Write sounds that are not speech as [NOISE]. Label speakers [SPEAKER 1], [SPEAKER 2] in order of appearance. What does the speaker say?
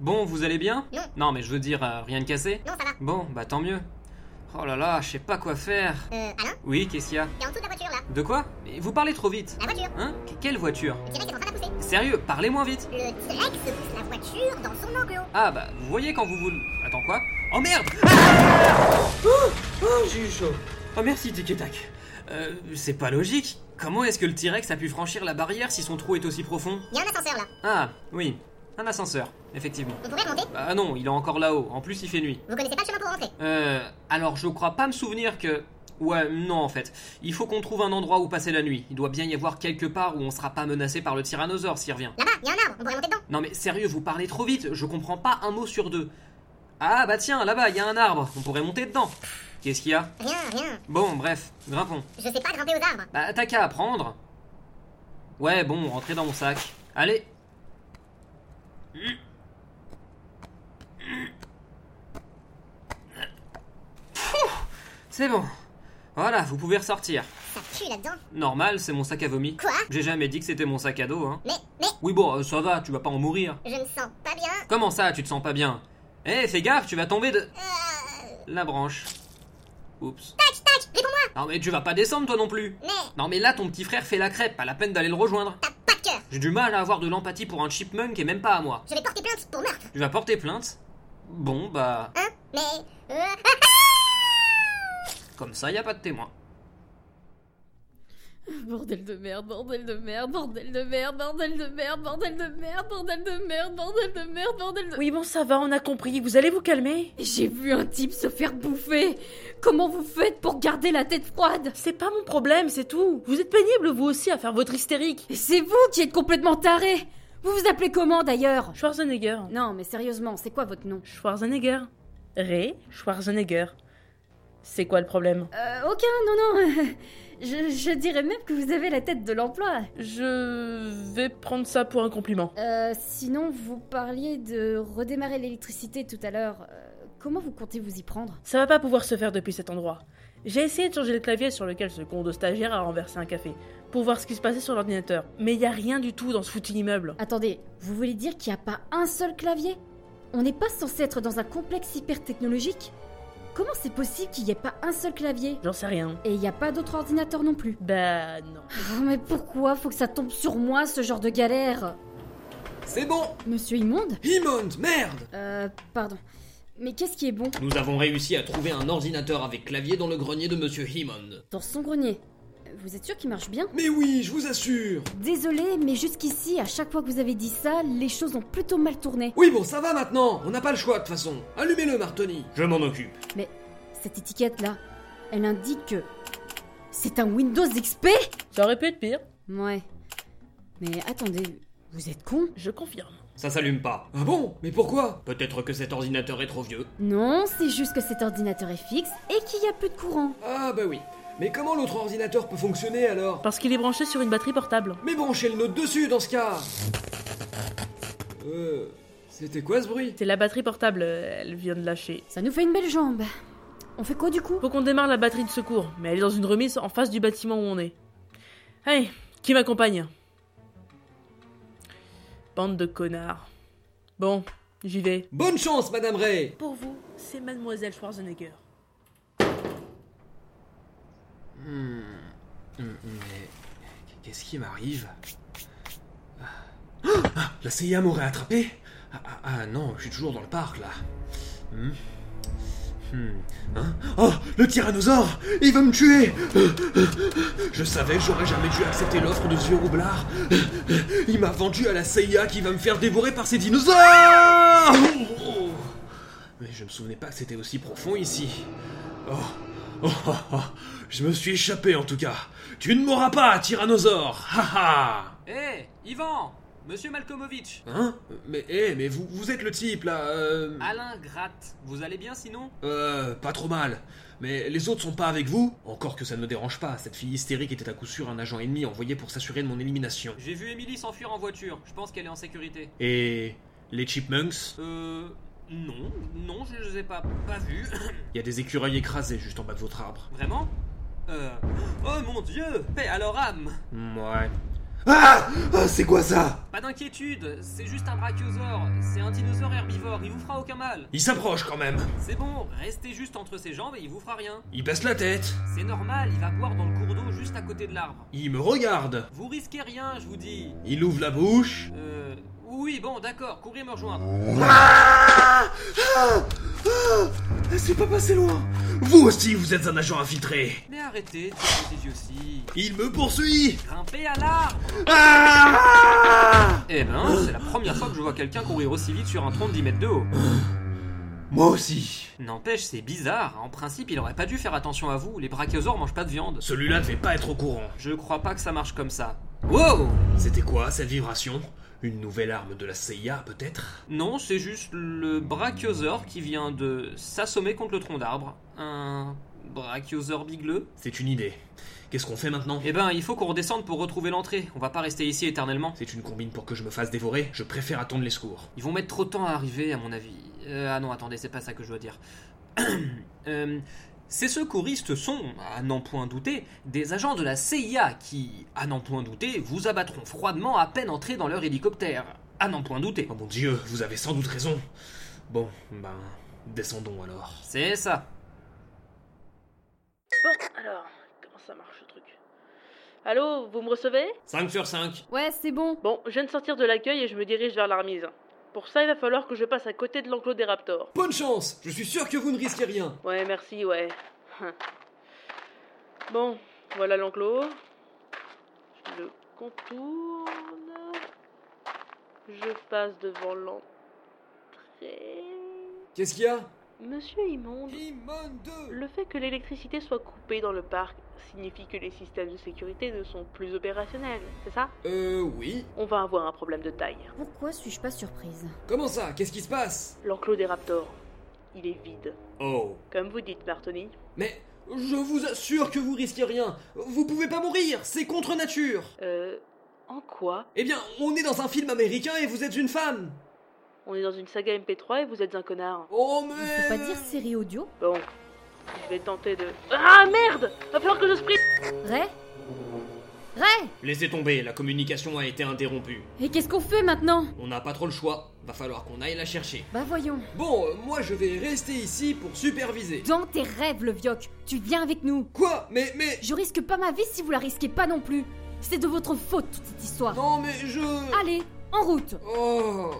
[SPEAKER 1] Bon, vous allez bien
[SPEAKER 2] Non.
[SPEAKER 1] Non, mais je veux dire, euh, rien de cassé
[SPEAKER 2] Non, ça va.
[SPEAKER 1] Bon, bah tant mieux. Oh là là, je sais pas quoi faire.
[SPEAKER 2] Euh, Alain,
[SPEAKER 1] Oui, qu'est-ce qu'il y a
[SPEAKER 2] t'es en dessous de la voiture là.
[SPEAKER 1] De quoi Mais Vous parlez trop vite.
[SPEAKER 2] La voiture.
[SPEAKER 1] Hein Qu- Quelle voiture
[SPEAKER 2] Le T-Rex est en train de la pousser.
[SPEAKER 1] Sérieux, parlez moins vite.
[SPEAKER 2] Le T-Rex pousse la voiture dans son enclos.
[SPEAKER 1] Ah bah, vous voyez quand vous voulez... Attends quoi Oh merde Oh, oh, j'ai eu chaud. Oh merci Tic et Tac. Euh, c'est pas logique. Comment est-ce que le T-Rex a pu franchir la barrière si son trou est aussi profond
[SPEAKER 2] Il y a un ascenseur là.
[SPEAKER 1] Ah, oui. Un ascenseur, effectivement.
[SPEAKER 2] Vous pourrez remonter
[SPEAKER 1] Ah non, il est encore là-haut. En plus, il fait nuit.
[SPEAKER 2] Vous connaissez pas le chemin pour rentrer.
[SPEAKER 1] Euh, alors je crois pas me souvenir que... Ouais, non en fait. Il faut qu'on trouve un endroit où passer la nuit. Il doit bien y avoir quelque part où on sera pas menacé par le tyrannosaure s'il revient.
[SPEAKER 2] Là-bas, il y a un arbre, on pourrait monter dedans.
[SPEAKER 1] Non mais sérieux, vous parlez trop vite, je comprends pas un mot sur deux. Ah bah tiens, là-bas, il y a un arbre, on pourrait monter dedans. Qu'est-ce qu'il y a
[SPEAKER 2] Rien, rien.
[SPEAKER 1] Bon, bref, grimpons.
[SPEAKER 2] Je sais pas grimper aux arbres.
[SPEAKER 1] Bah t'as qu'à apprendre. Ouais, bon, rentrez dans mon sac. Allez. Pfff, C'est bon. Voilà, vous pouvez ressortir.
[SPEAKER 2] Ça pue là-dedans.
[SPEAKER 1] Normal, c'est mon sac à vomi.
[SPEAKER 2] Quoi
[SPEAKER 1] J'ai jamais dit que c'était mon sac à dos, hein.
[SPEAKER 2] Mais, mais,
[SPEAKER 1] Oui bon, euh, ça va, tu vas pas en mourir.
[SPEAKER 2] je me sens pas bien.
[SPEAKER 1] Comment ça, tu te sens pas bien Eh, fais gaffe, tu vas tomber de...
[SPEAKER 2] Euh...
[SPEAKER 1] La branche. Oups.
[SPEAKER 2] Tac, tac, réponds-moi.
[SPEAKER 1] Non mais tu vas pas descendre toi non plus.
[SPEAKER 2] Mais,
[SPEAKER 1] Non mais là, ton petit frère fait la crêpe, pas la peine d'aller le rejoindre.
[SPEAKER 2] t'as pas de cœur.
[SPEAKER 1] J'ai du mal à avoir de l'empathie pour un chipmunk et même pas à moi.
[SPEAKER 2] Je vais porter plainte pour meurtre.
[SPEAKER 1] Tu vas porter plainte Bon, bah,
[SPEAKER 2] Hein Mais, euh...
[SPEAKER 1] comme ça, y a pas de témoin.
[SPEAKER 3] Bordel de merde, bordel de merde, bordel de merde, bordel de merde, bordel de merde, bordel de merde, bordel de merde, bordel de...
[SPEAKER 4] Oui, bon, ça va, on a compris. Vous allez vous calmer
[SPEAKER 3] J'ai vu un type se faire bouffer Comment vous faites pour garder la tête froide
[SPEAKER 4] C'est pas mon problème, c'est tout. Vous êtes pénible, vous aussi, à faire votre hystérique.
[SPEAKER 3] Et c'est vous qui êtes complètement taré Vous vous appelez comment d'ailleurs
[SPEAKER 4] Schwarzenegger.
[SPEAKER 3] Non mais sérieusement, c'est quoi votre nom
[SPEAKER 4] Schwarzenegger. Ray Schwarzenegger. C'est quoi le problème
[SPEAKER 3] Euh, aucun, non, non [LAUGHS] je, je dirais même que vous avez la tête de l'emploi
[SPEAKER 4] Je vais prendre ça pour un compliment.
[SPEAKER 3] Euh, sinon, vous parliez de redémarrer l'électricité tout à l'heure. Euh, comment vous comptez vous y prendre
[SPEAKER 4] Ça va pas pouvoir se faire depuis cet endroit. J'ai essayé de changer le clavier sur lequel ce con de stagiaire a renversé un café, pour voir ce qui se passait sur l'ordinateur. Mais y a rien du tout dans ce foutu immeuble.
[SPEAKER 3] Attendez, vous voulez dire qu'il n'y a pas un seul clavier On n'est pas censé être dans un complexe hyper technologique Comment c'est possible qu'il n'y ait pas un seul clavier
[SPEAKER 4] J'en sais rien.
[SPEAKER 3] Et il n'y a pas d'autre ordinateur non plus
[SPEAKER 4] Bah non.
[SPEAKER 3] Oh, mais pourquoi faut que ça tombe sur moi ce genre de galère
[SPEAKER 1] C'est bon
[SPEAKER 3] Monsieur Immonde
[SPEAKER 1] Immonde, merde
[SPEAKER 3] Euh, pardon. Mais qu'est-ce qui est bon
[SPEAKER 1] Nous avons réussi à trouver un ordinateur avec clavier dans le grenier de Monsieur Hammond.
[SPEAKER 3] Dans son grenier vous êtes sûr qu'il marche bien
[SPEAKER 1] Mais oui, je vous assure
[SPEAKER 3] Désolé, mais jusqu'ici, à chaque fois que vous avez dit ça, les choses ont plutôt mal tourné.
[SPEAKER 1] Oui bon, ça va maintenant On n'a pas le choix de toute façon. Allumez-le, Martoni Je m'en occupe.
[SPEAKER 3] Cette étiquette-là, elle indique que... C'est un Windows XP
[SPEAKER 4] Ça aurait pu être pire.
[SPEAKER 3] Ouais. Mais attendez, vous êtes con
[SPEAKER 4] Je confirme.
[SPEAKER 1] Ça s'allume pas. Ah bon Mais pourquoi Peut-être que cet ordinateur est trop vieux.
[SPEAKER 3] Non, c'est juste que cet ordinateur est fixe et qu'il y a peu de courant.
[SPEAKER 1] Ah bah oui. Mais comment l'autre ordinateur peut fonctionner alors
[SPEAKER 4] Parce qu'il est branché sur une batterie portable.
[SPEAKER 1] Mais branchez le nôtre dessus dans ce cas Euh... C'était quoi ce bruit
[SPEAKER 4] C'est la batterie portable, euh, elle vient de lâcher.
[SPEAKER 3] Ça nous fait une belle jambe. On fait quoi du coup
[SPEAKER 4] Faut qu'on démarre la batterie de secours, mais elle est dans une remise en face du bâtiment où on est. Hey, qui m'accompagne Bande de connards. Bon, j'y vais.
[SPEAKER 1] Bonne chance, Madame Ray
[SPEAKER 4] Pour vous, c'est Mademoiselle Schwarzenegger.
[SPEAKER 1] Euh, Mais... Qu'est-ce qui m'arrive ah, La CIA m'aurait attrapé ah, ah, ah, non, je suis toujours dans le parc, là. Hmm. Hmm. Hein oh, le tyrannosaure Il va me tuer Je savais que j'aurais jamais dû accepter l'offre de ce vieux roublard. Il m'a vendu à la CIA qui va me faire dévorer par ces dinosaures Oh. Mais je me souvenais pas que c'était aussi profond ici. Oh. Oh, oh, oh. Je me suis échappé en tout cas. Tu ne mourras pas, tyrannosaure Haha Hé, Eh, Ivan Monsieur Malkomovitch Hein Mais hé, mais vous, vous êtes le type là euh... Alain Gratte, vous allez bien sinon Euh, pas trop mal. Mais les autres sont pas avec vous Encore que ça ne me dérange pas, cette fille hystérique était à coup sûr un agent ennemi envoyé pour s'assurer de mon élimination.
[SPEAKER 5] J'ai vu Emily s'enfuir en voiture. Je pense qu'elle est en sécurité.
[SPEAKER 1] Et... les chipmunks
[SPEAKER 5] Euh. Non, non, je les ai pas, pas
[SPEAKER 1] [LAUGHS]
[SPEAKER 5] vus.
[SPEAKER 1] Il y a des écureuils écrasés juste en bas de votre arbre.
[SPEAKER 5] Vraiment Euh. Oh mon dieu Paix à leur âme
[SPEAKER 1] Mm, Ouais.
[SPEAKER 5] Ah Ah, C'est quoi ça
[SPEAKER 1] Pas d'inquiétude, c'est juste un brachiosaure, c'est un dinosaure herbivore, il vous fera aucun mal.
[SPEAKER 5] Il s'approche quand même
[SPEAKER 1] C'est bon, restez juste entre ses jambes et il vous fera rien.
[SPEAKER 5] Il baisse la tête
[SPEAKER 1] C'est normal, il va boire dans le cours d'eau juste à côté de l'arbre.
[SPEAKER 5] Il me regarde
[SPEAKER 1] Vous risquez rien, je vous dis.
[SPEAKER 5] Il ouvre la bouche
[SPEAKER 1] Euh. Oui, bon, d'accord, courez me rejoindre.
[SPEAKER 5] Ah Ah Ah C'est pas passé loin Vous aussi, vous êtes un agent infiltré
[SPEAKER 1] Mais arrêtez, de faire des idioties.
[SPEAKER 5] Il me poursuit
[SPEAKER 1] Grimpez à l'arbre
[SPEAKER 5] Ah
[SPEAKER 1] Eh ben, c'est la première fois que je vois quelqu'un courir aussi vite sur un tronc de 10 mètres de haut.
[SPEAKER 5] [SIGHS] Moi aussi
[SPEAKER 1] N'empêche, c'est bizarre. hein. En principe, il aurait pas dû faire attention à vous. Les brachiosaures mangent pas de viande.
[SPEAKER 5] Celui-là devait pas être au courant.
[SPEAKER 1] Je crois pas que ça marche comme ça. Wow
[SPEAKER 5] C'était quoi cette vibration Une nouvelle arme de la CIA peut-être
[SPEAKER 1] Non, c'est juste le brachiosaure qui vient de s'assommer contre le tronc d'arbre. Un brachiosaure bigleux
[SPEAKER 5] C'est une idée. Qu'est-ce qu'on fait maintenant
[SPEAKER 1] Eh ben, il faut qu'on redescende pour retrouver l'entrée. On va pas rester ici éternellement.
[SPEAKER 5] C'est une combine pour que je me fasse dévorer Je préfère attendre les secours.
[SPEAKER 1] Ils vont mettre trop de temps à arriver, à mon avis. Euh, ah non, attendez, c'est pas ça que je dois dire. [CLEARS THROAT] Euh, ces secouristes sont, à n'en point douter, des agents de la CIA qui, à n'en point douter, vous abattront froidement à peine entrés dans leur hélicoptère. À n'en point douter.
[SPEAKER 5] Oh mon dieu, vous avez sans doute raison. Bon, ben, descendons alors.
[SPEAKER 1] C'est ça.
[SPEAKER 4] Bon, alors, comment ça marche ce truc Allô, vous me recevez
[SPEAKER 1] 5 sur 5.
[SPEAKER 3] Ouais, c'est bon.
[SPEAKER 4] Bon, je viens de sortir de l'accueil et je me dirige vers la remise. Pour ça, il va falloir que je passe à côté de l'enclos des raptors.
[SPEAKER 1] Bonne chance, je suis sûr que vous ne risquez rien.
[SPEAKER 4] Ouais, merci, ouais. Bon, voilà l'enclos. Je le contourne. Je passe devant l'entrée.
[SPEAKER 1] Qu'est-ce qu'il y a
[SPEAKER 4] Monsieur Immonde, le fait que l'électricité soit coupée dans le parc signifie que les systèmes de sécurité ne sont plus opérationnels, c'est ça
[SPEAKER 1] Euh, oui.
[SPEAKER 4] On va avoir un problème de taille.
[SPEAKER 3] Pourquoi suis-je pas surprise
[SPEAKER 1] Comment ça Qu'est-ce qui se passe
[SPEAKER 4] L'enclos des raptors, il est vide.
[SPEAKER 1] Oh.
[SPEAKER 4] Comme vous dites, Martoni,
[SPEAKER 1] Mais je vous assure que vous risquez rien. Vous pouvez pas mourir, c'est contre nature.
[SPEAKER 4] euh, en quoi
[SPEAKER 1] Eh bien, on est dans un film américain et vous êtes une femme.
[SPEAKER 4] On est dans une saga MP3 et vous êtes un connard.
[SPEAKER 1] Oh
[SPEAKER 3] Il
[SPEAKER 1] mais
[SPEAKER 3] faut pas dire série audio
[SPEAKER 4] Bon, je vais tenter de... Ah merde Va falloir que je sprint
[SPEAKER 3] Ray Ray
[SPEAKER 1] Laissez tomber, la communication a été interrompue.
[SPEAKER 3] Et qu'est-ce qu'on fait maintenant
[SPEAKER 1] On n'a pas trop le choix, va falloir qu'on aille la chercher.
[SPEAKER 3] Bah voyons.
[SPEAKER 1] Bon, euh, moi je vais rester ici pour superviser.
[SPEAKER 3] Dans tes rêves, le vioc, tu viens avec nous.
[SPEAKER 1] Quoi Mais mais
[SPEAKER 3] Je risque pas ma vie si vous la risquez pas non plus. C'est de votre faute toute cette histoire.
[SPEAKER 1] non mais je
[SPEAKER 3] Allez, en route
[SPEAKER 1] Oh